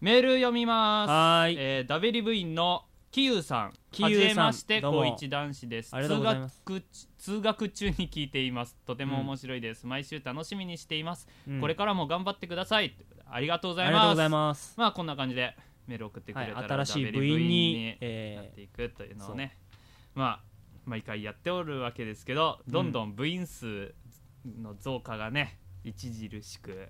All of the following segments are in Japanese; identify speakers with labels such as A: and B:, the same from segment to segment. A: メール読みます
B: はーい
A: えーダベリ部員のキユーさん
B: キ
A: はじ
B: ユーさん
A: めまして
B: どうも
A: 高一男子です
B: ありがとうございます
A: 通学ち通学中に聞いていますとても面白いです、毎週楽しみにしています、
B: うん
A: これからも頑張ってくださいありがとうござ
B: あ
A: い
B: りがと
A: ま
B: うご
A: す
B: ざいます
A: まあこんな感じでメール送ってく
B: は
A: れ
B: い
A: たら、
B: 新しい
A: ダベ
B: 部
A: リ
B: 員に
A: なっ
B: え
A: ていくというのをね、まあ毎回やっておるわけですけどどんどん部員数の増加がね著しく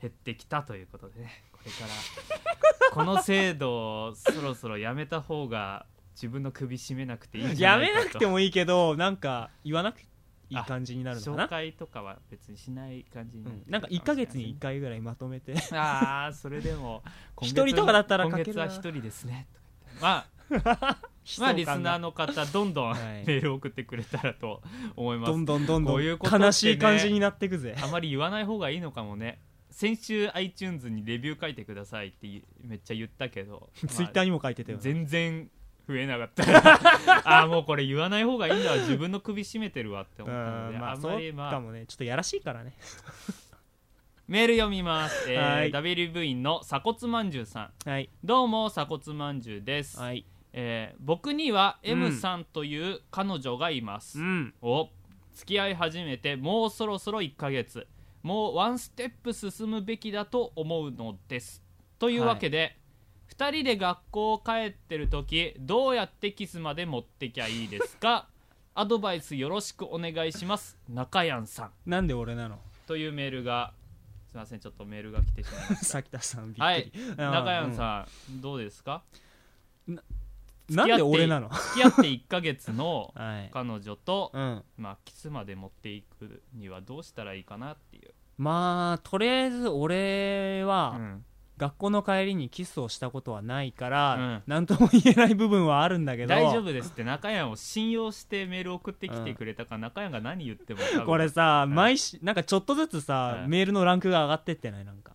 A: 減ってきたということでねこれから この制度をそろそろやめた方が自分の首絞めなくていいん
B: ー
A: じゃ
B: や
A: ない
B: め
A: かと
B: なくてもいいけどなんか言わなくていい感じになるのか
A: 紹
B: な、
A: 介とかは別にしない感じに
B: う
A: なる
B: ん、なんか1ヶ月に1
A: 回
B: 回ぐらいまとめて
A: ああそれでも今月
B: 一人とかだったら
A: 今
B: 書ける
A: 月
B: な
A: は一人ですねとか言ってまあ まあ、
B: 悲
A: リ
B: 壮
A: スナ
B: 感
A: ー
B: が
A: の方どんどん
B: は
A: メ
B: い
A: ールを送ってくれたらと思います、
B: どんどんどんど
A: こうんいうことってね
B: 悲しい感じになってくぜ
A: あまり言わない方がいいのかもね先週 iTunes にレビュー書いてくださいっていめっちゃ言ったけど、
B: ツイッターにも書いてたよ
A: 全然増えなかった あーもうこれ言わない方がいいんだ自分の首絞めてるわって
B: う
A: 思ったので、
B: んま
A: あ
B: あ
A: ん
B: そ
A: まり
B: う
A: ま
B: か
A: あ
B: もねちょっとやらしいからね
A: メール読みます、え
B: は
A: ー、
B: い
A: W 部員の鎖骨まんじゅうさん
B: はい
A: どうも鎖骨まんじゅうです、
B: はい
A: えー僕には
B: うん
A: M さんという彼女がいます、
B: うん
A: お付き合い始めてもうそろそろ1ヶ月もうワンステップ進むべきだと思うのですというわけで、2人で学校を帰ってる時どうやってキスまで持ってきゃいいです かアドバイスよろしくお願いします中やんさん
B: なんで俺なの
A: というメールがすいませんちょっとメールが来てしまいまし
B: さきたさんびっくり、
A: たはい
B: うん
A: 中やんさん、どうですか
B: うんなんで俺なの
A: 付き合って1ヶ月の
B: はい
A: 彼女と、
B: うん
A: まあ、キスまで持っていくにはどうしたらいいかなっていう、
B: まあとりあえず俺は、
A: うん
B: 学校の帰りにキスをしたことはないから、
A: うん
B: なんとも言えない部分はあるんだけど
A: 大丈夫ですって中山を信用してメール送ってきてくれたから、中山が何言っても多分
B: これさ、
A: い
B: 毎週なんかちょっとずつさ、
A: はい
B: メールのランクが上がってってないなんか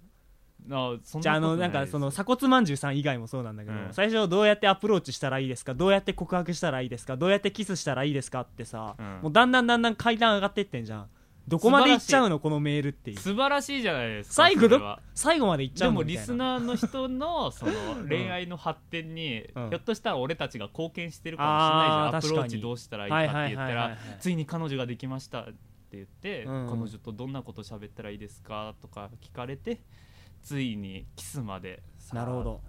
A: あそんなこといです
B: じゃああのなんかその鎖骨まんじゅうさん以外もそうなんだけど、
A: うん
B: 最初どうやってアプローチしたらいいですかどうやって告白したらいいですかどうやってキスしたらいいですかってさ、
A: うん
B: もうだんだんだんだん階段上がってってんじゃんどこまで行っちゃうのこのメールっていう
A: 素晴らしいじゃないですか
B: 最後
A: それ
B: ど
A: は
B: 最後まで行っちゃ
A: で
B: うの
A: もリ
B: みたい
A: ス
B: な
A: ナーの人のその恋愛の発展に、
B: うん
A: ひょっとしたら俺たちが貢献してるかもしれないじゃん
B: あー
A: アプロー
B: 確か
A: チ
B: に
A: どうしたらいいかって言った
B: はいはいはいはいは
A: ら
B: い
A: ついに彼女ができましたって言って、
B: うん
A: 彼女とどんなこと喋ったらいいですかとか聞かれてついにキスまでさあ
B: なるほど、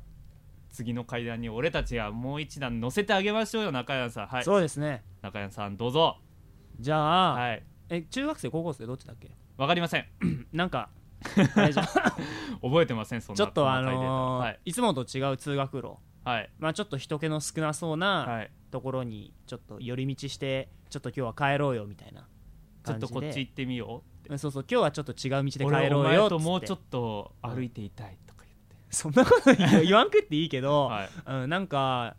A: 次の階段に俺たちがもう一段乗せてあげましょうよ中山さんはい
B: そうですね
A: 中山さんどうぞ
B: じゃあ、
A: はい
B: え中学生高校生どっちだっけ
A: わかりません
B: な んかあれじゃん
A: 覚えてませんそんな
B: ちょっとあ
A: 細かいデータ
B: のー
A: はい
B: い、つもと違う通学路、
A: はい
B: まあ、ちょっと人気の少なそうな
A: はい
B: ところにちょっと寄り道してちょっと今日は帰ろうよみたいな
A: ちょっ
B: 感じで
A: とこっち行ってみよ
B: うんそうそう今日はちょっと違う
A: う
B: 道で
A: 俺
B: 帰ろ
A: お
B: う
A: 前
B: よっつって
A: ともうちょっと歩いていたいとか言って
B: そんなこと言う言わんくっていいけ ど、
A: はい
B: うん、なんか、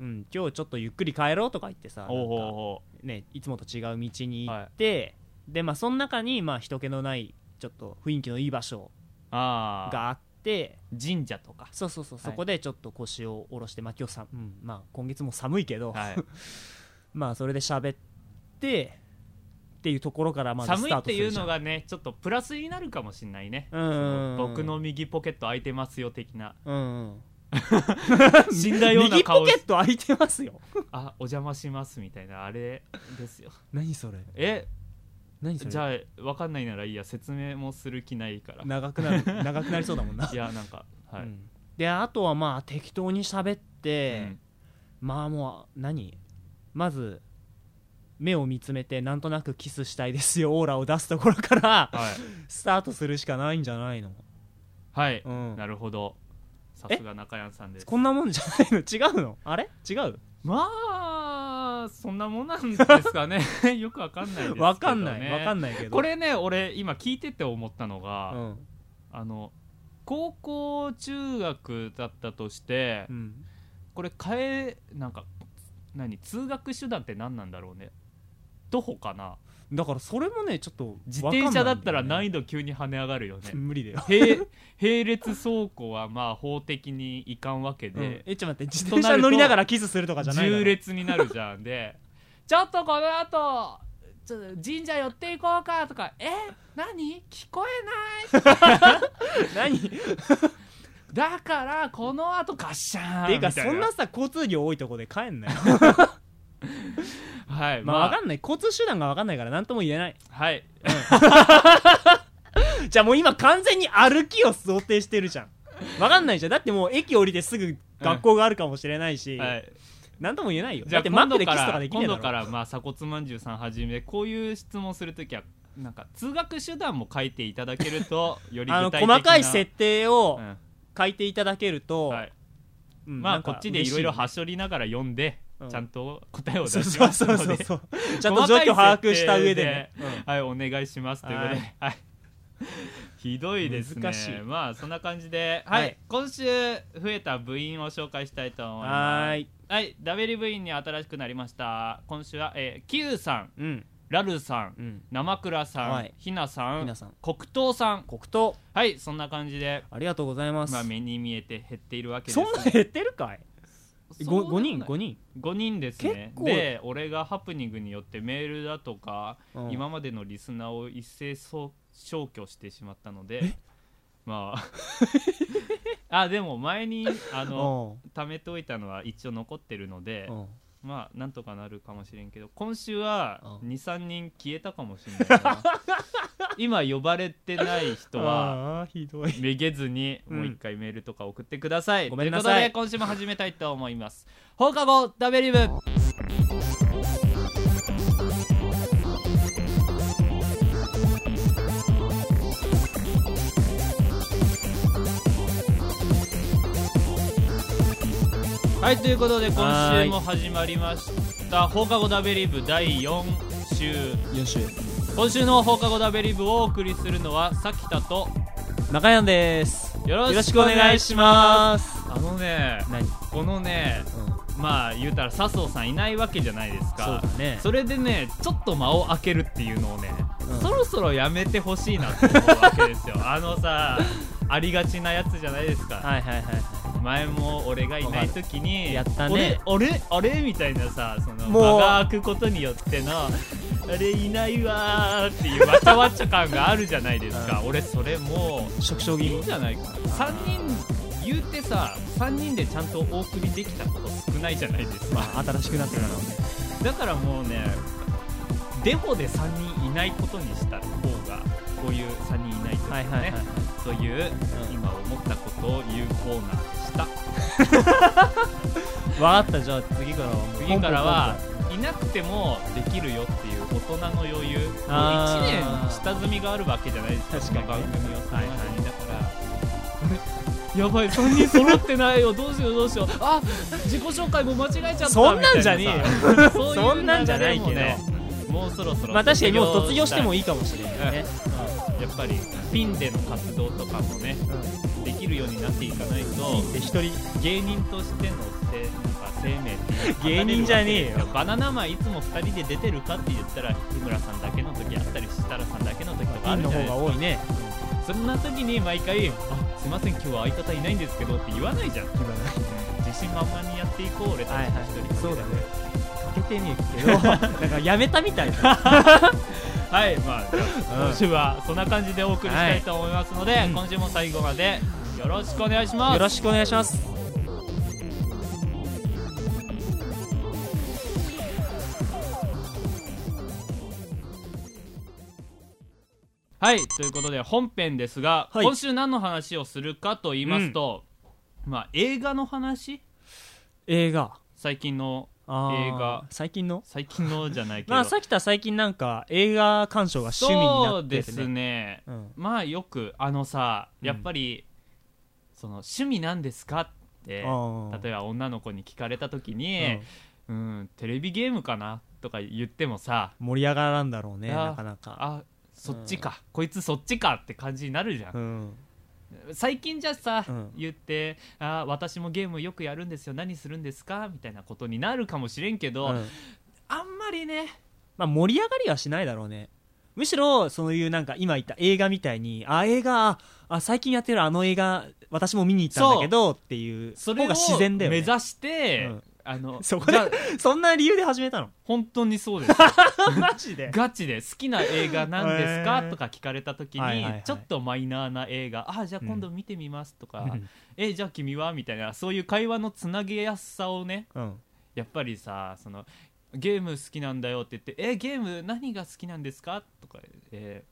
B: うん、今日ちょっとゆっくり帰ろうとか言ってさ
A: おうお
B: なんか
A: うおう
B: ね、いつもと違う道に行って、でまあその中にまあ人気のないちょっと雰囲気のいい場所
A: ああ
B: があって
A: 神社とか
B: そうそうそう、
A: はい
B: そこでちょっと腰を下ろして、まあ今日さ、うん、まあ今月も寒いけど、
A: はい
B: まあそれで喋ってっていうところからまずス
A: 寒い
B: ター
A: っ
B: ト
A: て
B: す
A: い
B: る
A: う
B: じゃ
A: の
B: ん。
A: がねちょっとプラスになるかもしれないね
B: うんうんうん
A: その僕の右ポケット空いてますよ的な
B: うんうん、
A: 死んだような
B: 右
A: 顔
B: ポ
A: し
B: ケット空いてますよ。
A: あお邪魔しますみたいなあれですよ
B: 何それ
A: え
B: 何それ
A: じゃあ分かんないならいいや説明もする気ないから
B: 長くな る、長くなりそうだもんな。
A: いやなんかはい、
B: うんで、あとはまあ適当に喋って、
A: うん
B: まあもう、何まず、目を見つめてなんとなくキスしたいですよオーラを出すところから
A: はい、
B: スタートするしかないんじゃないの、
A: はい
B: うん、
A: なるほどさすが中山さんです
B: こんなもんじゃないの違うのあれ違う
A: まあそんなもんなんですかね よくわかんないですけど、ね、
B: わかんないわかんないけど
A: これね俺今聞いてて思ったの
B: う
A: が、
B: ん
A: あの高校中学だったとして、
B: うん
A: これ変えなんか何通学手段って何なんだろうね徒歩かな
B: だからそれもねちょっと
A: 自転車だったら難
B: い
A: 易度急に跳ね上がるよね
B: 無理だよ
A: 並並列走行はまあ法的にいかんわけ
B: うん
A: で、
B: えちょっと待って自
A: となると
B: 転車乗りながらキスするとかじゃないだろ
A: 重列になるじゃんで ちょっとこの後ちょっと神社寄っていこうかとかえ何聞こえない
B: 何
A: だからこの後ガッシャーン
B: ていうか
A: みたい
B: そんなさ交通量多いとこで帰んな よ
A: はい
B: まあ分
A: ま
B: かんない交通手段が分かんないから何とも言えない
A: あはい
B: じゃあもう今完全に歩きを想定してるじゃん分かんないじゃんだってもう駅降りてすぐ学校があるかもしれないし、
A: はい
B: 何とも言えないよ
A: じゃ
B: だっ
A: あ
B: てマ
A: 今度
B: ックで
A: か
B: キスとからでき
A: 今
B: ねえだ
A: 度
B: ろ
A: からまあ鎖骨まんじゅうさんはじめこういう質問するときはなんか通学手段も書いていただけるとより具
B: あの
A: 体的な
B: 細かい設定を
A: うん
B: 書いていただけると、
A: はい
B: うん
A: ま
B: な
A: あ
B: んか
A: こっちでいろいろ
B: 嬉しね
A: 端折りながら読んで
B: うん
A: ちゃんと答えを出し
B: そう
A: ます
B: そ
A: の
B: う
A: で
B: そうそうそうちゃんと状況把握した上でね、
A: はい、お願いしますということで、
B: は
A: はい ひどいですね
B: 難しい
A: まあそんな感じで、はい
B: はい
A: 今週増えた部員を紹介したいと
B: うん
A: 思います
B: はーい
A: はいダベリ部員に新しくなりました今週は、えー、キウさん
B: うん
A: ラルさん
B: うん
A: 生倉さん、
B: はい
A: ひなさ
B: ひ
A: ん
B: なさん
A: 黒糖さん
B: 黒糖
A: はいそんな感じで、
B: ありがとうございます、
A: まあ、目に見えて減っているわけです
B: そんな減ってるかい
A: そうで
B: 5,
A: もない
B: 人5人
A: 5人ですね
B: 結構
A: で俺がハプニングによってメールだとか、
B: うん
A: 今までのリスナーを一斉そう消去してしまったのでま ああでも前にあの貯めておいたのは一応残ってるので
B: うんうん
A: まあなんとかなるかもしれんけど今週は
B: う
A: 23人消えたかもしれない な今呼ばれてない人は
B: ああひどい
A: めげずに
B: うん
A: もう一回メールとか送ってください、
B: ごめんなさ
A: とい
B: い
A: うことで今週も始めたいと思います放課後ダベリブはいということで今週も始まりました放課後ダベリブ第4週
B: 4週
A: 今週の放課後ダベリブをお送りするのはさきたと
B: 中山です
A: よ
B: よ
A: ろ
B: ろ
A: し
B: し
A: く
B: く
A: お
B: お
A: 願
B: 願
A: い
B: い
A: し
B: し
A: ま
B: ますす
A: あのね
B: 何、うん、
A: このねまあ言うたら笹生さんいないわけじゃないです
B: そう
A: か
B: だね
A: それでねちょっと間を空けるっていうのをね、
B: うん
A: そろそろやめてほしいなって思うわけです よあのさありがちなやつじゃないですか、
B: はいはいはい
A: 前も俺がいない時に
B: わかるやったね
A: 俺あれあれみたいなさその
B: もう
A: 間が空くことによってのあれいないわーっていうわちゃわちゃ感があるじゃないですか、俺それもう
B: 食将
A: い
B: 棋
A: いんじゃないかな3人言うてさ3人でちゃんとお送りできたこと少ないじゃないですか
B: まあ新しくなってからね
A: だからもうねデフォで3人いないことにした方がこういう3人いないと
B: はい
A: いうか
B: はいは
A: ね
B: いはい
A: という
B: うん
A: 今思ったことを言うコーナーでした
B: 分かったじゃあ次からはもう
A: 次からはいなくてもできるよっていう大人の余裕もう1
B: あー
A: 年下積みがあるわけじゃないですか
B: 確かにね
A: この番組をするまでに
B: はいは
A: だからあれやばい3人揃ってないよどうしようどうしようあ自己紹介も間違えちゃった
B: そんなんじゃねえよ
A: みたいなさそういう
B: そんなんじゃないけど
A: 流れもねもうそろそろ
B: まあ確かにもう卒業しても
A: いい
B: いいかもしれないね、
A: やっぱりピンでの活動とかもねできるようになっていかないと
B: で一人
A: 芸人としてのせなんか生命っていうのは
B: 芸人じゃねえ
A: 離
B: よ
A: れるわけですバナナマンいつも2人で出てるかって言ったら日村さんだけの時あったり設楽さんだけの時とかあ
B: ピン
A: るじゃ
B: の
A: ないですか
B: 方が多いね
A: そんな時に毎回「あすいません今日は相方いないんですけど」って言わないじゃん
B: 言わない
A: 自信満々にやっていこう俺たち
B: はいはい
A: 一人
B: そうだね欠けてねえけ どなんかやめたみたいな
A: はいまあじゃあ
B: うん
A: 今週はそんな感じでお送りしたいと思いますので、
B: うん
A: 今週も最後までよろしくお願いします
B: よろしくお願いします
A: はいということで本編ですが、
B: はい
A: 今週何の話をするかと言いますと、まあ映画の話
B: 映画
A: 最近の
B: あー
A: 映画
B: 最近の
A: 最近のじゃないけど
B: まあさきた最近なんか映画鑑賞が趣味にな
A: そう
B: って
A: で
B: て
A: すね
B: うん
A: まあよくあのさ
B: うん
A: やっぱり、その趣味なんですかって
B: あー
A: 例えば女の子に聞かれた時に
B: うん、
A: うん、テレビゲームかなとか言ってもさ
B: 盛り上がらんだろうね
A: あー
B: なかなか
A: あそっちか、こいつそっちかって感じになるじゃん
B: うん
A: 最近じゃさ、
B: うん
A: 言ってあー私もゲームよくやるんですよ何するんですかみたいなことになるかもしれんけど、
B: うん
A: あんまりね
B: まあ盛り上がりはしないだろうねむしろそういうなんか今言った映画みたいにあ映画あ最近やってるあの映画私も見に行ったんだけどっていう
A: そ
B: 方
A: れを
B: が自然だよ
A: 目
B: ね
A: 指して、
B: うん
A: あの
B: そこで
A: じゃあ
B: そんな理由で始めたの
A: 本当にそうです
B: マジで
A: ガチで好きな映画何ですか、
B: へー
A: とか聞かれた時に、
B: はいはいはい
A: ちょっとマイナーな映画あじゃあ今度見てみますとか、えじゃあ君はみたいなそういう会話のつなげやすさをね
B: うん
A: やっぱりさそのゲーム好きなんだよって言って「えゲーム何が好きなんですか?」とか、えー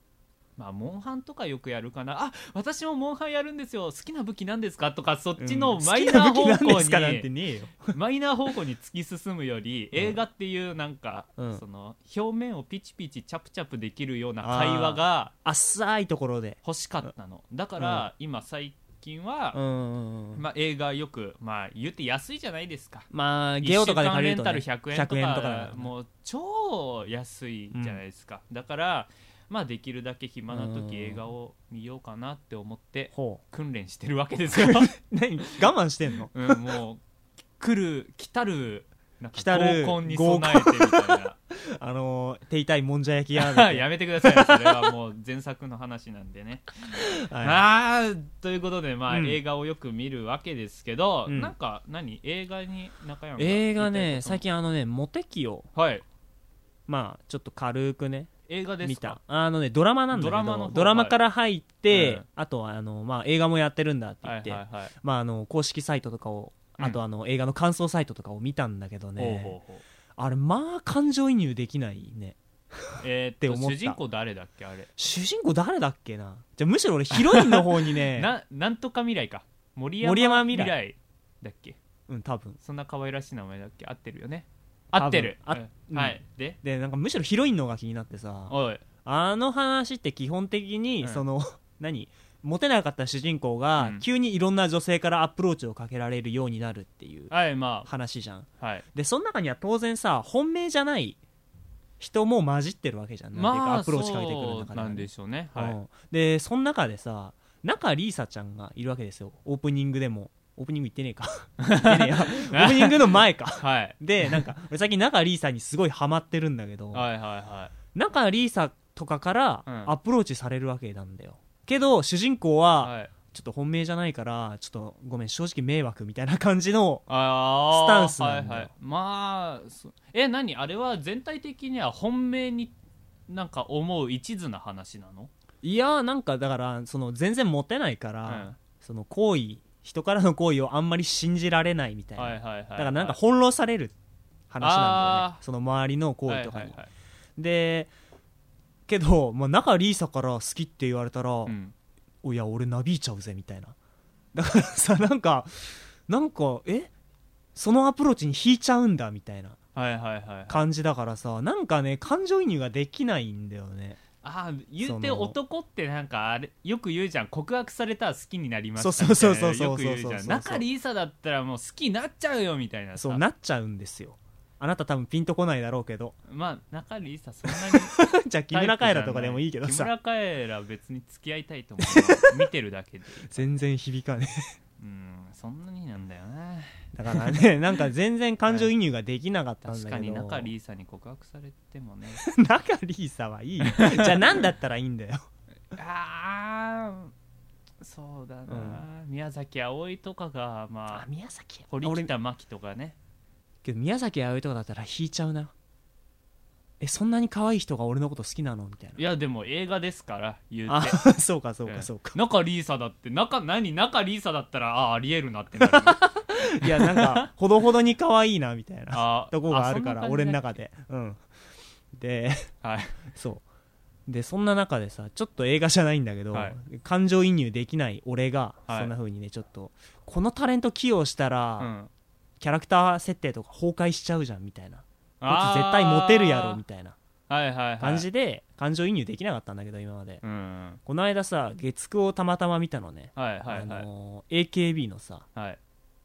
A: まあ、モンハンとかよくやるかなあ私もモンハンやるんですよ好きな武器なんですかとかそっちのマイナー方
B: 好きな武器なん
A: 向
B: ですかなん
A: に
B: てねえよ
A: マイナー方向に突き進むより、
B: うん
A: 映画っていうなんか、
B: うん
A: その表面をピチピチチャプチャプできるような会話が
B: 浅いところで
A: 欲しかったのだから、今最近
B: う
A: は、
B: ん
A: まあ、映画よく、まあ、言って安いじゃないですか
B: まあ
A: 一
B: ゲオとかで借りると、ね、
A: 週間レンタル100円とか
B: だもう
A: もう超安いじゃないですか、だからまあできるだけ暇な
B: うん
A: 時映画を見ようかなって思って
B: ほ
A: 訓練してるわけですよ、
B: う 何我慢してんの
A: うん、もう来る来たるなんか
B: 来たる
A: 合コンに備えてみたいな
B: あのー、手痛いもんじゃ焼き屋
A: や
B: で、
A: めてくださいそれはもう前作の話なんでね、
B: は
A: あーということでまあ、
B: うん
A: 映画をよく見るわけですけど、
B: うん
A: なんか何映画に中山
B: い、
A: が
B: 映画ね
A: 見たい
B: 最
A: こ
B: 近あのねモテキを
A: とはい
B: まあちょっと軽くね
A: 映画です
B: 見
A: か
B: たあのねドラマなんだけど
A: ド
B: ド
A: ラ
B: ラ
A: マの
B: マ
A: 方
B: から入って、
A: はい
B: あとはあの、まあ、映画もやってるんだって言
A: は
B: って、
A: いはいはい
B: まあ、あの公式サイトとかを
A: うん
B: あとあの、映画の感想サイトとかを見たんだけどね
A: ほうほうほう
B: あれまあ感情移入できないね
A: えーっ
B: って
A: と
B: 思った
A: 主人公誰だっけあれ、
B: 主人公誰だっけなじゃあむしろ俺ヒロインの方にね
A: ななんとか未来か森山
B: 森山
A: 未
B: 未
A: 来
B: 来
A: だっけ
B: うん多分
A: そんな可愛らしい名前だっけ合ってるよね合ってる
B: 多分あ
A: うんはいで
B: でなんかむしろヒロインの方が気になってさ
A: おい
B: あの話って基本的に、
A: うん
B: その 何モテなかった主人公が、
A: うん
B: 急にいろんな女性からアプローチをかけられるようになるっていう
A: はいま
B: 話じゃん
A: あはい
B: でその中には当然さ本命じゃない人も混じってるわけじゃん,、なんていう
A: ま
B: か
A: あ
B: アプローチかけてくる
A: そ
B: 中
A: う
B: で
A: なんでしょうねは
B: う
A: い
B: んでその中でさ中リーサちゃんがいるわけですよオープニングでもオープニング行ってねえか言ってねえや オープニングの前か
A: はい
B: でなんか俺最近中リーサにすごいハマってるんだけど
A: はいはいは
B: 中リーサとかから
A: うん
B: アプローチされるわけなんだよ、けど主人公
A: い
B: は
A: はい
B: ちょっと本命じゃないからちょっとごめん正直迷惑みたいな感じ の
A: あー
B: スタンスなんだ
A: はいはい、まあそえ何あれは全体的には本命になんか思う一途な話なの
B: いやーなんかだからその全然モテないから、
A: うん
B: その行為人からの行為をあんまり信じられないみたいな、
A: はいはいはいはい
B: だからなんか翻弄される話なんだよね
A: あ
B: その周りの行為とかに、
A: はいはいはい
B: でけど、まあ、中リーサから好きって言われたら、
A: うん
B: おや俺なびいちゃうぜみたいなだからさなんかなんかえそのアプローチに引いちゃうんだみたいな
A: はいはいはいはい
B: 感じだからさなんかね感情移入ができないんだよね
A: ああ言うて
B: その
A: 男ってなんかあれよく言うじゃん告白されたら好きになります
B: そうそうそうそう
A: よく言うじ
B: そうそう
A: ゃ
B: そ
A: ん
B: う
A: 中里依紗だったらもう好きになっちゃうよみたいなさ
B: そうなっちゃうんですよあなた多分ピンとこないだろうけど
A: まあ中里依紗そんなに
B: じ ゃあ木村カエラとかでもいいけど
A: 木
B: さ
A: 村カエラ別に付き合いたいと思う見てるだけで
B: 全然響かね
A: うんそんなになんだよね
B: えだからねなんか全然感情移入ができなかったんだけ
A: 確
B: ど
A: かに中里依紗に告白されてもね
B: 中リーサはいいよじゃあ何だったらいいんだよ
A: ああそうだな、宮崎あおいとかが まあ
B: 宮崎
A: 堀北真希とかね
B: けど宮崎駿とかだったら引いちゃうなえそんなに可愛い人が俺のこと好きなのみたい
A: いやでも映画ですから言う
B: なあ
A: て
B: そうかそうかそうか、
A: 中リーサだって中何中リーサだったらああありえるなってな る
B: いやな んかほどほどに可愛いなみたいな
A: あー
B: とこがあるから
A: そんな感じ
B: 俺の中でうんで
A: はい
B: そうでそんな中でさちょっと映画じゃないんだけど、
A: はい
B: 感情移入できない俺が、
A: はい
B: そんな風にねちょっとこのタレント起用したら、
A: うん
B: キャラクター設定とか崩壊しちゃうじゃんみたいなこい
A: あー
B: つ絶対モテるやろみたいな
A: はいはいはい
B: 感じで感情移入できなかったんだけど今まで
A: うん
B: この間さ月9をたまたま見たのね、
A: はいはい
B: あ
A: はい
B: のー AKB のさ
A: はい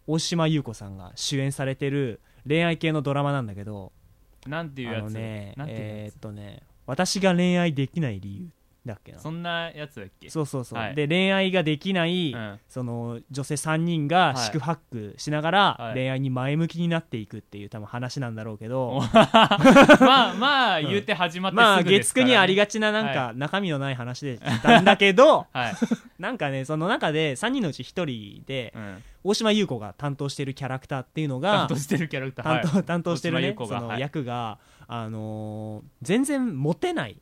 B: 大島優子さんが主演されてる恋愛系のドラマなんだけど
A: なんていう
B: あ
A: や
B: の
A: つ
B: ね
A: なんていうや
B: えー
A: つ
B: っとね私が恋愛できない理由っだっけな
A: そんなやつだっけ
B: そうそうそう、
A: はい
B: で恋愛ができない、
A: うん
B: その女性3人
A: は
B: が
A: い
B: 四苦八苦しなが
A: は
B: ら
A: い
B: 恋愛に前向きになっていくっていう多分話なんだろうけど、
A: まあまあ言うて始まって
B: まあ
A: すぐで
B: 月
A: すから、
B: 9
A: ね、
B: にありがちななんか中身のない話でしたんだけど
A: はい、
B: なんかねその中で3人のうち1人で
A: うん、
B: 大島優子が担当してるキャラクターっていうの
A: 担
B: が
A: 当してるキャラクター
B: 担当,、
A: はい
B: 担当してるね
A: 大島優子が
B: そ
A: は
B: の
A: い
B: 役が、あのー全然モテない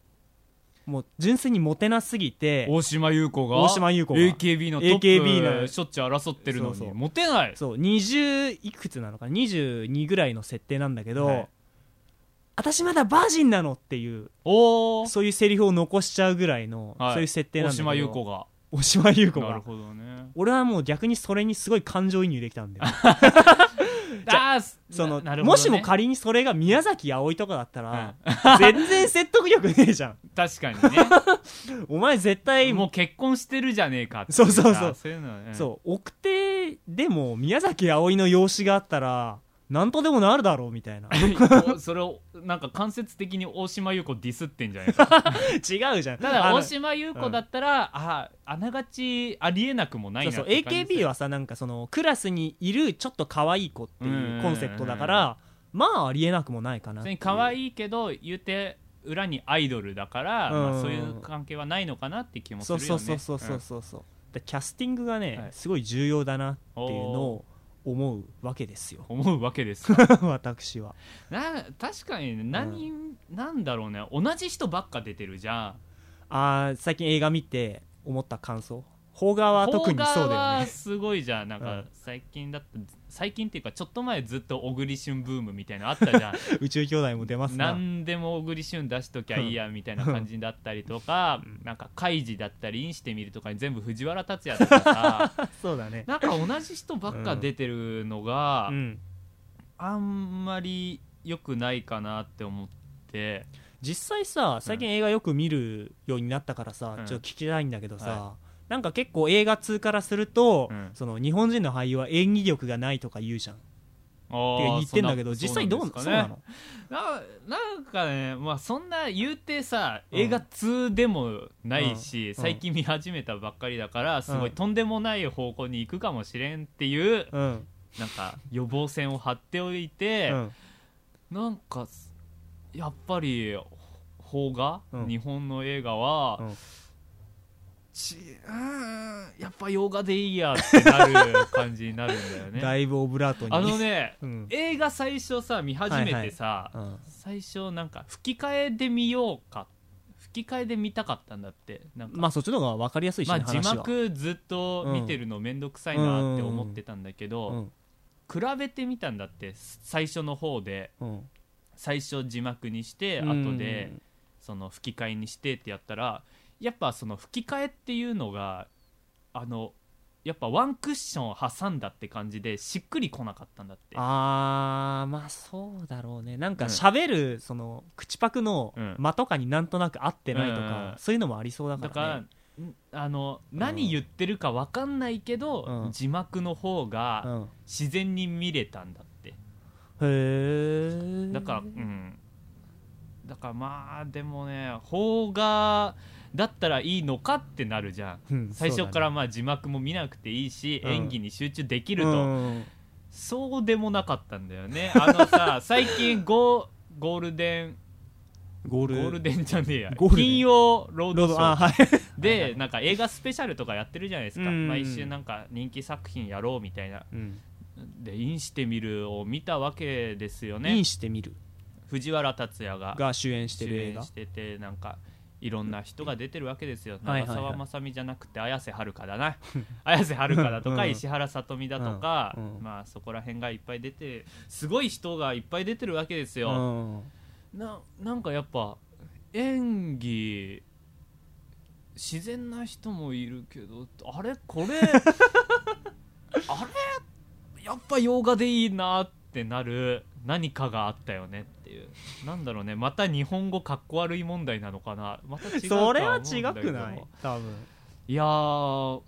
B: もう純粋にモテなすぎて
A: 大島優子が
B: 大島優子が
A: AKB のトップ
B: AKB の
A: しょっちゅう争ってるのに
B: そうそう
A: モテない
B: そう20いくつなのかな22ぐらいの設定なんだけど、
A: はい
B: 私まだバージンなのっていう
A: おお
B: そういうセリフを残しちゃうぐらいの、
A: はい
B: そういう設定なん
A: 大
B: だけど
A: 島優子が
B: 大島優子
A: なる
B: が
A: ほどね
B: 俺はもう逆にそれにすごい感情移入できたんだよ
A: あー
B: その
A: ななる ほ
B: も
A: ど
B: し
A: ね
B: も仮にそれが宮崎あおいとかだったら、 全然説得力ねえじゃん
A: 確か に
B: お前絶対
A: ねもう結婚してるじゃねえかってい
B: そうそうそう
A: そういうのはね
B: そう奥手でも宮崎あおいの容姿があったらなんとでもなるだろうみ たいな
A: おそれをなんか間接的に大島優子ディスってんじゃない か
B: 違うじゃん
A: た
B: あ
A: だ
B: の
A: 大島優子だったらああながちありえなくもない
B: そう
A: な
B: そう
A: って感じ
B: AKB はさなんかそのクラスにいるちょっと可愛い子っていうコンセプトだからまあありえなくもないかな
A: 別
B: って
A: に可愛いけど言うて裏にアイドルだから、
B: うん
A: まあ、そういう関係はないのかなって気もす
B: そ
A: るよ
B: う
A: ね
B: そうそうそうそうそうそうでキャスティングがね、
A: はい
B: すごい重要だなっていうの
A: お
B: を思うわけですよ
A: うん思うわけですよ
B: 私は
A: な確かにね何、なんだろうね同じ人ばっか出てるじゃん
B: あー最近映画見て思った感想邦画は特にそう
A: 邦画
B: だよ
A: は
B: ね
A: すごいじゃんなん
B: う
A: か
B: ん
A: 最近だって最近っていうかちょっと前ずっと小栗旬ブームみたいなのあったじ ゃん
B: 宇宙兄弟も出ますな
A: 何でも小栗旬出しときゃいいやみたいな感じだったりとかなんか「カイジ」だったり「インしてみる」とかに全部藤原竜也とか さ
B: そうだね
A: なんか同じ人ばっか出てるのが、
B: うん
A: あんまり良くないかなって思って
B: 実際さ最近映画よく見るようになったからさ、
A: うん
B: ちょっと聞きたいんだけどさ、
A: は
B: なんか結構映画通からすると、
A: うん
B: その日本人の俳優は演技力がないとか言うじゃんって
A: あー
B: 言ってんだけど
A: そ
B: 実際どう
A: そ
B: そう
A: なん
B: な
A: ですかね
B: の
A: ななんかね、まあ、そんな言うてさ
B: うん
A: 映画通でもないし、
B: ん
A: 最近見始めたばっかりだからすごいとんでもない方向に行くかもしれんっていう
B: うん、
A: なんか予防線を張っておいて
B: う、ん
A: なんかやっぱり邦画、
B: うん
A: 日本の映画は、
B: うん
A: ちうーんやっぱ洋画でいいやってなる感じになるんだよ ね。
B: だいぶオブラートに
A: あのね
B: うん
A: 映画最初さ見始めてさ、
B: うん
A: 最初なんか吹き替えで見ようか吹き替えで見たかったんだってなんか、
B: まあそっちの方が分かりやすいし、ね
A: まあ、字
B: 話は
A: 幕ずっと見てるのめんどくさいなって思ってたんだけど、
B: うん
A: 比べてみたんだって最初の方で
B: うん
A: 最初字幕にして
B: うん
A: 後でその吹き替えにしてってやったらやっぱその吹き替えっていうのがあのやっぱワンクッションを挟んだって感じでしっくりこなかったんだって
B: あーまあそうだろうねなんか
A: うん
B: 喋るその口パクの
A: うん
B: 間とかになんとなく合ってないと
A: うん
B: か、
A: うん
B: そういうのもありそうだか
A: だ
B: ら、ね、
A: から、んあの何言ってるか分かんないけど、
B: うん
A: 字幕の方が
B: うん、
A: 自然に見れたんだって、
B: へえ
A: だからうんだからまあでもね邦画だったらいいのかってなるじゃん
B: うん
A: 最初か
B: そうだね
A: らまあ字幕も見なくていいし、
B: うん
A: 演技に集中できる
B: う
A: と
B: ん
A: そうでもなかったんだよねあのさ最近ゴーゴールデン
B: ゴー
A: ゴ
B: ル
A: ールデンじゃねえや
B: ゴールデン
A: 金曜ロー
B: ロ
A: ド
B: ー
A: ショ
B: ド
A: ー
B: あはい
A: でなんか映画スペシャルとかやってるじゃないですか
B: うん
A: 毎週なんか人気作品やろうみたいな
B: うん
A: で「インしてみる」を見たわけですよ
B: イ
A: ね
B: ンしてみる
A: 藤原竜也が
B: が主演してる映画
A: しててなんかいろんな人が出てるわけですよ
B: はい
A: 長
B: はいはい
A: 澤まさみじゃなくて綾瀬はるかだ な綾瀬はるかだとか
B: うん
A: 石原さとみだとか
B: うんうん
A: まあそこら辺がいっぱい出てすごい人がいっぱい出てるわけです
B: う
A: よ、
B: ん
A: ななんかやっぱ演技自然な人もいるけどあれこ れあれやっぱ洋画でいいなってなる何かがあったよねっていうなんだろうねまた日本語かっこ悪い問題なのかなまた違うとは思う
B: そ
A: んだ
B: れは
A: け
B: 違
A: ど
B: くない多分
A: いやー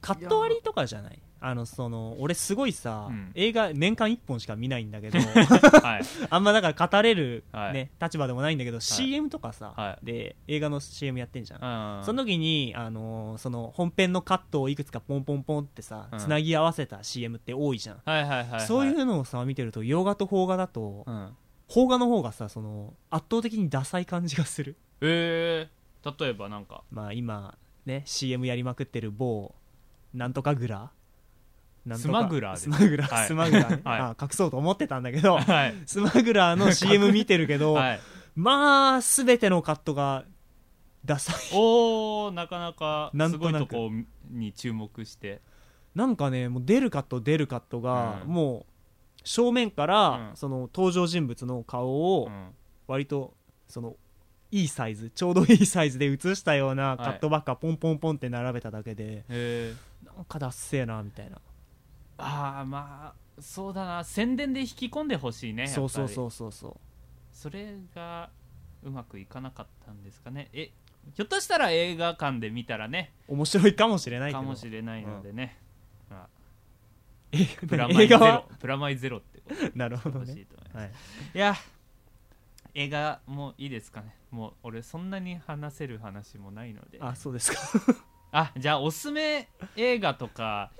B: カット割りとかじゃないあのその俺すごいさ、
A: うん
B: 映画年間1本しか見ないんだ けど
A: はい
B: あんまだから語れる、ね
A: はい
B: 立場でもないんだけど、CM とかさ、
A: はい
B: で映画の CM やってんじゃん、
A: うん
B: その時に、あのーその本編のカットをいくつかポンポンポンってさ、
A: うん
B: つなぎ合わせた CM って多いじゃん、
A: はいはいはいはい
B: そういうのをさ見てると洋画と邦画だと、
A: うん
B: 邦画の方がさその圧倒的にダサい感じがする
A: えー、例えばなんか
B: まあ今ね CM やりまくってる某なんとかグラなんと
A: ス
B: か
A: マグラーです
B: スマグラー、
A: はい
B: スマグラー ね、
A: はい
B: あ隠そうと思ってたんだけど
A: はい
B: スマグラー の CM 見てるけど、
A: はい
B: まあ全てのカットがダサい
A: おーなかなか
B: なん
A: す
B: と
A: ごい
B: な
A: と
B: く
A: こに注目して
B: なんかねもう出るカット出るカットが、
A: うん
B: もう正面から、
A: うん
B: その登場人物の顔を
A: うん
B: 割とそのいいサイズちょうどいいサイズで映したようなカットばっかポンポンポンって並べただけで、
A: えー、
B: なんかダッセーなみたいな
A: ああまあそうだな宣伝で引き込んでほしいねやっぱり
B: そうそうそうそうそう
A: それがうまくいかなかったんですかねえひょっとしたら映画館で見たらね
B: 面白いかもしれないけど
A: かもしれないのでね、まあ
B: え
A: プラマ
B: 映
A: イゼ
B: 画
A: ロ
B: は
A: プラマイゼロってこと
B: なるほど
A: 欲し
B: ね
A: いと思います
B: はい、
A: いや映画もういいですかねもう俺そんなに話せる話もないのであ
B: あそうですか
A: じゃあおすすめ映画とか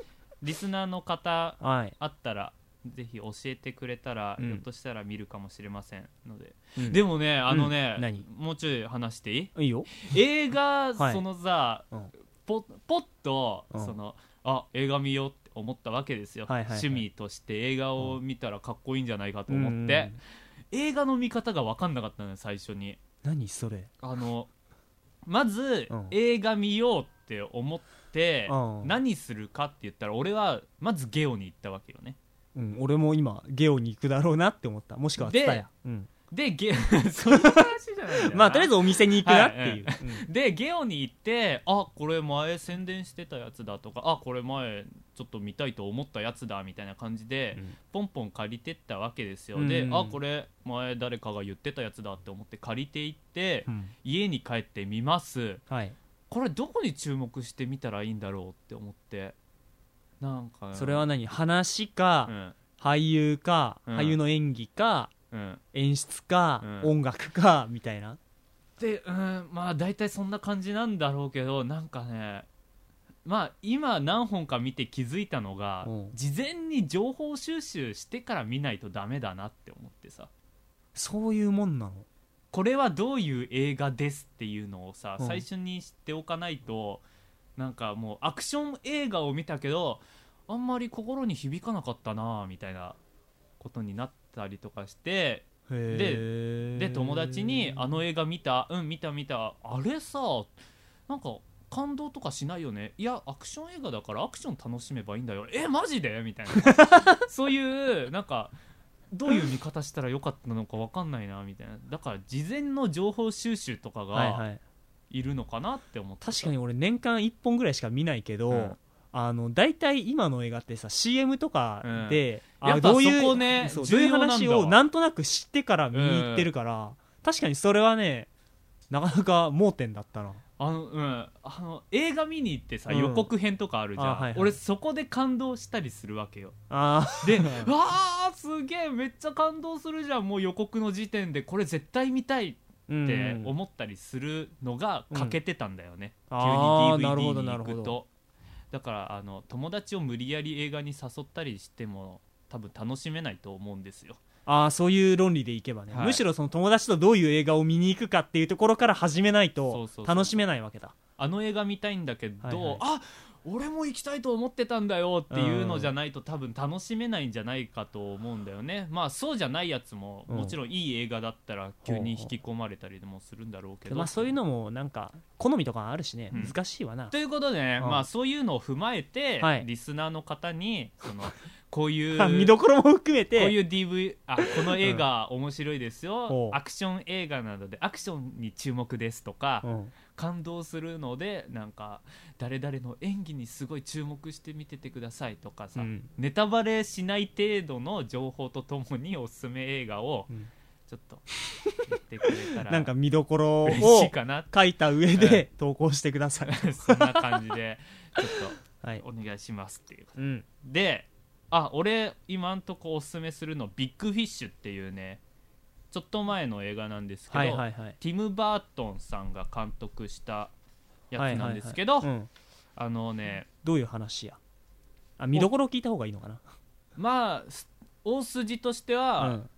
A: リスナーの方
B: はい、
A: あったらぜひ教えてくれたら、
B: うん
A: ひょっとしたら見るかもしれませんので、
B: うん
A: でもねあのね、
B: うん何
A: もうちょい話していい
B: いいよ
A: 映画、
B: はい
A: そのさ、
B: うん
A: ポポッと、
B: うん
A: そのあ映画見ようって思ったわけですよ、
B: はいはいはい
A: 趣味として映画を見たらかっこいいんじゃないかと思って、映画の見方が分かんなかったのよ最初に
B: 何それ
A: あのまず、
B: うん
A: 映画見ようって思って、
B: うん
A: 何するかって言ったら俺はまずゲオに行ったわけよね
B: うん、俺も今ゲオに行くだろうなって思ったもしくはツタ
A: で
B: ヤ、うん、
A: でゲ そういう話じゃないんだよな
B: まあとりあえずお店に行くなっていう、
A: はでゲオに行ってあこれ前宣伝してたやつだとかあこれ前ちょっと見たいと思ったやつだみたいな感じで、
B: うん
A: ポンポン借りてったわけですよ、
B: うん
A: であこれ前誰かが言ってたやつだって思って借りて行って、
B: うん
A: 家に帰って見ます
B: はい
A: これどこに注目してみたらいいんだろうって思ってなんか
B: それは何話
A: う
B: か、
A: ん
B: 俳優か、
A: うん
B: 俳優の演技か
A: うん
B: 演出か、
A: うん
B: 音楽かみたいな
A: でうんまあ大体そんな感じなんだろうけどなんかねまあ今何本か見て気づいたのが
B: うん
A: 事前に情報収集してから見ないとダメだなって思ってさ
B: そういうもんなの
A: これはどういう映画ですっていうのをさ、
B: うん
A: 最初に知っておかないとなんかもうアクション映画を見たけどあんまり心に響かなかったなあみたいなことになったりとかして
B: へー
A: で友達に「あの映画見たうん見た見たあれさなんか感動とかしないよねいやアクション映画だからアクション楽しめばいいんだよえマジで?」みたいな そういうなんかどういう見方したらよかったのか分かんないなみたいなだから事前の情報収集とか
B: はい
A: が
B: はい、
A: いるのかなって思って
B: 確か
A: に
B: に俺年間1本ぐらいしか見ないけど、
A: うん
B: あの大体今の映画ってさ CM とかで、
A: うん
B: あ
A: やっぱ
B: どういう
A: そこね
B: そうどう
A: 重
B: い
A: 要なんだ
B: う話をなんとなく知ってから見に行ってるから、確かにそれはねなかなか盲点だったな
A: あの、うん、あの映画見に行ってさ
B: うん
A: 予告編とかあるじゃん、
B: あはいはい
A: 俺そこで感動したりするわけよ
B: あ
A: でわあすげえめっちゃ感動するじゃんもう予告の時点でこれ絶対見たい
B: ー
A: って
B: うん
A: 思ったりするのが欠けてたんだよね、
B: うん
A: 急に
B: あーな
A: DVD
B: るほど
A: に
B: な
A: 行
B: るほ
A: く
B: ど
A: とだからあの友達を無理やり映画に誘ったりしても多分楽しめないと思うんですよ
B: あーそういう論理でいけばね、
A: はい
B: むしろその友達とどういう映画を見に行くかっていうところから始めない
A: そう
B: と
A: そうそう
B: 楽しめないわけだ
A: あの映画見たいんだけど、
B: はいはい
A: あ俺も行きたいと思ってたんだよっていうのじゃないと多分楽しめないんじゃないかと思うんだよねまあそうじゃないやつも
B: うん
A: もちろんいい映画だったら急に引き込まれたりでもするんだろうけど、
B: まあ、そういうのもなんか好みとかあるしね、
A: うん
B: 難しいわな
A: ということでね、
B: うん
A: まあ、そういうのを踏まえて、
B: はい
A: リスナーの方にそ のこういう
B: あ見どころも含めて
A: こういう DV あこの映画面白いですよ
B: ほ、う
A: アクション映画などでアクションに注目ですとか、
B: うん
A: 感動するのでなんか誰々の演技にすごい注目して見ててくださいとかさ、
B: うん
A: ネタバレしない程度の情報とともにおすすめ映画を
B: うん
A: ちょっと言ってくれたら
B: なんか見どころ
A: 嬉しい
B: を
A: かなって
B: 書いた上で投稿してください、
A: そんな感じでちょっと
B: はい
A: お願いしますっていう感
B: うん
A: じであ俺今んとこおすすめするのビッグフィッシュっていうねちょっと前の映画なんですけど、
B: はいはいはい
A: ティム・バートンさんが監督したや
B: は
A: つ
B: いはい
A: な
B: は
A: ん
B: い
A: ですけど、
B: うん
A: あのね
B: どういう話やあ見どころ聞いた方がいいのかな
A: まあす大筋として
B: う
A: は、
B: ん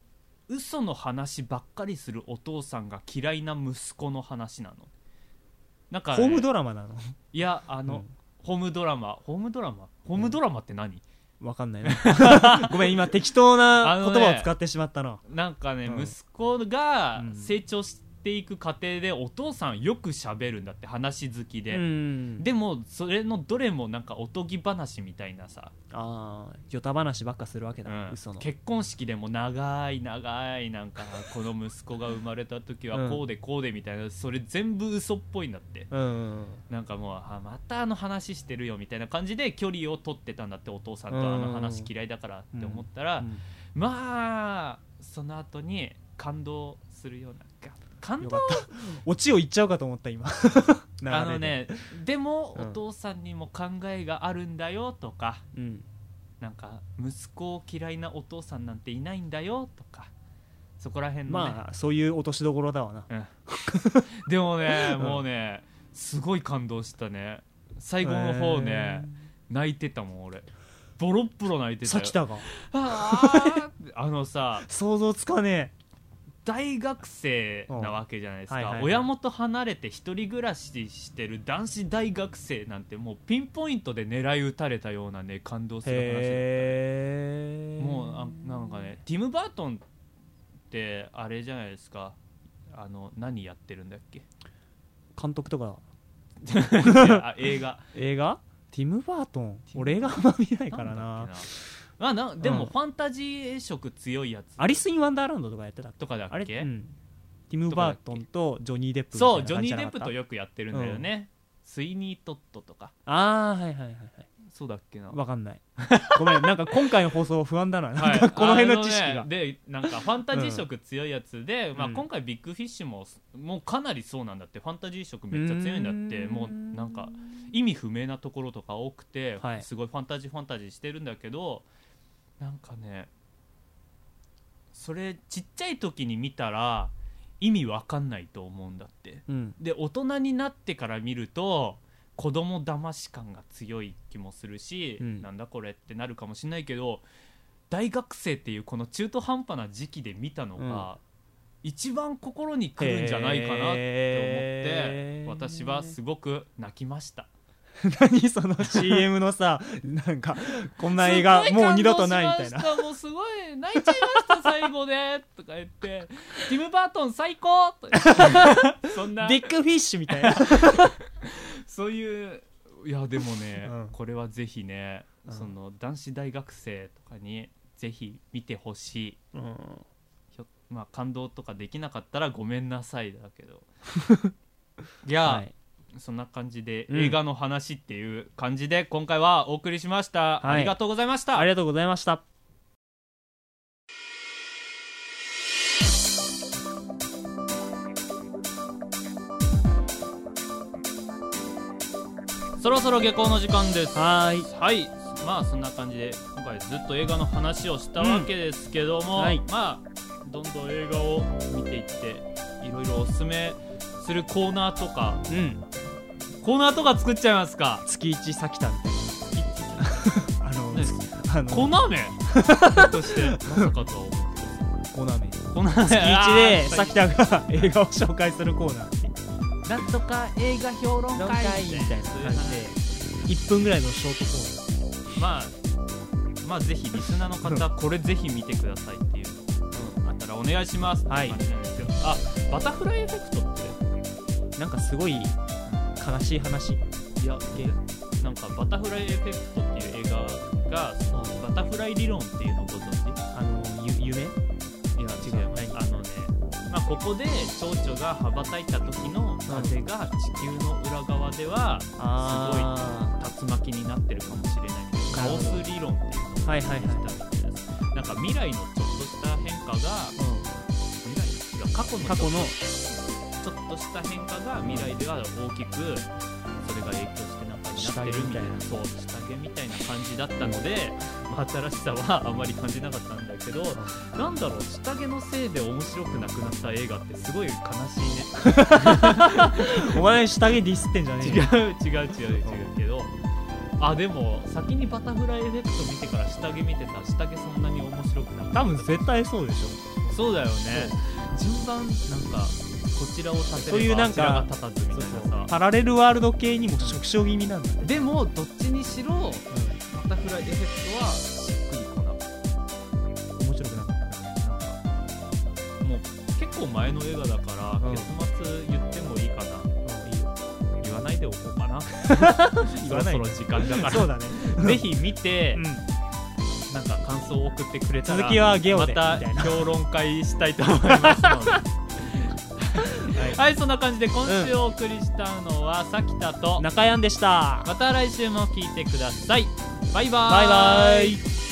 A: 嘘の話ばっかりするお父さんが嫌いな息子の話なのなんかね、
B: ホームドラマなの
A: いやあ
B: あ
A: の、ホームドラマホームドラマホームドラマって何、
B: わかんないな ごめん今適当な言葉を使ってしまったな、
A: なんかね、
B: うん
A: 息子が
B: うん
A: 成長していく過程でお父さんよく喋るんだって話好きで、
B: うん
A: でもそれのどれもなんかおとぎ話みたいなさ、
B: ああ与太話ばっかするわけだ、
A: うん
B: 嘘の
A: 結婚式でも長い長いなんかこの息子が生まれた時はこうでこうでみたいなそれ全部嘘っぽいんだって
B: うん
A: なんかもうあまたあの話してるよみたいな感じで距離を取ってたんだってお父さんと
B: うん
A: あの話嫌いだからって思ったら、まあその後に感動するようなか感
B: よかっ
A: 動
B: たオチを言っちゃうかと思っ た今流れで
A: あのねでも、
B: うん
A: お父さんにも考えがあるんだよとか
B: うん
A: なんか息子を嫌いなお父さんなんていないんだよとかそこら辺のね、
B: まあそういう落としどころだわな
A: でもね、
B: うん
A: もうねすごい感動したね最後の方ね、泣いてたもん俺ボロッボロ泣い
B: えー
A: てた
B: さ
A: よ
B: きたが
A: あー あのさ
B: 想像つかね
A: 大学生なわけじゃないですか、
B: うんはいはいはい
A: 親元離れて一人暮らししてる男子大学生なんてもうピンポイントで狙い撃たれたようなね感動する話
B: へえ
A: もうあなんかねティム・バートンってあれじゃないですかあの何やってるんだっけ
B: 監督とか
A: あ映画
B: 映画ティム・バートン
A: ティム
B: 俺映画あんま見ないからなん
A: だっけなあなでも
B: うん
A: ファンタジー色強いやつ
B: アリス・イン・ワンダーランドとかやってたっけ
A: とかだっ
B: あれ、
A: け、
B: うんティム・バートンとジョニー・デップみたい
A: そ
B: な
A: うジョ
B: 感じ
A: ニ
B: じ
A: ー・
B: ゃ
A: デ
B: な
A: ッ
B: かっ
A: プ
B: た
A: とよくやってるんだよね、スイニー・トットとか
B: ああはいはいはいはい
A: そうだっけな
B: わかん ないごめんなんか今回の放送不安だななん
A: はい
B: かこの辺の知識
A: あ
B: が、
A: ねでなんかファンタジー色強いやつで、まあ、
B: うん
A: 今回ビッグフィッシュももうかなりそうなんだってファンタジー色めっちゃ強いんだって
B: うーん
A: もうなんか意味不明なところとか多くて、
B: はい
A: すごいファンタジーファンタジーしてるんだけどなんかねそれちっちゃい時に見たら意味わかんないと思うんだって
B: うん
A: で大人になってから見ると子供騙し感が強い気もするし、
B: うん
A: なんだこれってなるかもしれないけど大学生っていうこの中途半端な時期で見たのが、一番心にくるんじゃないかなって
B: へー
A: 思って私はすごく泣きました
B: 何その CM のさなんかこんな映画もう二度とないみたいな
A: すご感動しましたもうすごい泣いちゃいました最後でとか言っ てティム・バートン最高とか言ってそんな
B: ビッグフィッシュみたいな
A: そういういやでもね、
B: うん
A: これはぜひね、
B: うん
A: その男子大学生とかにぜひ見てほしい
B: うん
A: ひょ、まあ、感動とかできなかったらごめんなさいだ けどいや、
B: はい
A: そんな感じで
B: うん
A: 映画の話っていう感じで今回はお送りしました、
B: はい
A: ありがとうございました
B: ありがとうございました
A: そろそろ下校の時間です
B: はーい
A: はいまあそんな感じで今回ずっと映画の話をしたわけですけども、
B: うんはい
A: まあどんどん映画を見ていっていろいろおすすめするコーナーとか
B: うん
A: コーナーとか作っちゃいます か
B: 月一さきたみたいなあの
A: ね
B: あの
A: コーナー名としてまさかとは思うんです
B: コーナー名
A: けどコーナー名
B: 月一で
A: あー
B: さきたが映画を紹介するコーナー
A: なんとか映画評論
B: 論
A: 会
B: 会みたいな感じで1分ぐらいのショートコーナー
A: まあまあぜひリスナーの方これぜひ見てくださいっていうのあったらお願いします
B: はい
A: って感じなんですけどあバタフライエフェクトって
B: なんかすごい悲しい話
A: いやなんかバタフライエフェクトっていう映画がそのバタフライ理論っていうのをご存
B: あのゆ夢
A: 知いや違いますあのねまあここで蝶々が羽ばたいた時の風が地球の裏側では
B: あ
A: 竜巻になってるかもしれないみたいな
B: なる
A: オ
B: ほど
A: ース理論っていうのを
B: はいはいはい
A: 感じたみたいですなんか未来のちょっとした変化が
B: すごい、
A: 未来が過去の
B: 過去の
A: ちょっとした変化が未来では大きくそれが影響してなんかになってるみたいなそうしたみ験みたいな感じだったので、まあ、新しさはあんまり感じなかったんだけどなんだろう下着のせいで面白くなくなった映画ってすごい悲しいね
B: お前下着ディスってんじゃね
A: 違
B: えよ
A: う違う違う違うけどあでも先にバタフライエフェクト見てから下着見てた下着そんなに面白くなかっ
B: 多分絶対そうでしょ
A: たそうだよね順番なんかこちらを立てれば
B: そういうな
A: あ
B: んか
A: ちらが立たずみたいなさ
B: パラレルワールド系にも触傷気味なんだよ、
A: でもどっちにしろバタフライエフェクトはしっくりこなかっ
B: 面白くなかったね
A: たなんかもう結構前の映画だから、
B: うん
A: 結末言ってもいいかな
B: うんいいよ
A: 言わないでおこうかな
B: 言わない
A: そろそろ時間だから
B: そうだね、
A: ぜひ見て、
B: うん、
A: なんか感想を送ってくれたら
B: 続きはゲオ
A: ま
B: で
A: た
B: みたいな
A: 評論会したいと思います のではいそんな感じで今週お送りしたのはさきたと
B: 中山でした
A: また来週も聞いてくださいバイバーイ
B: バイバイ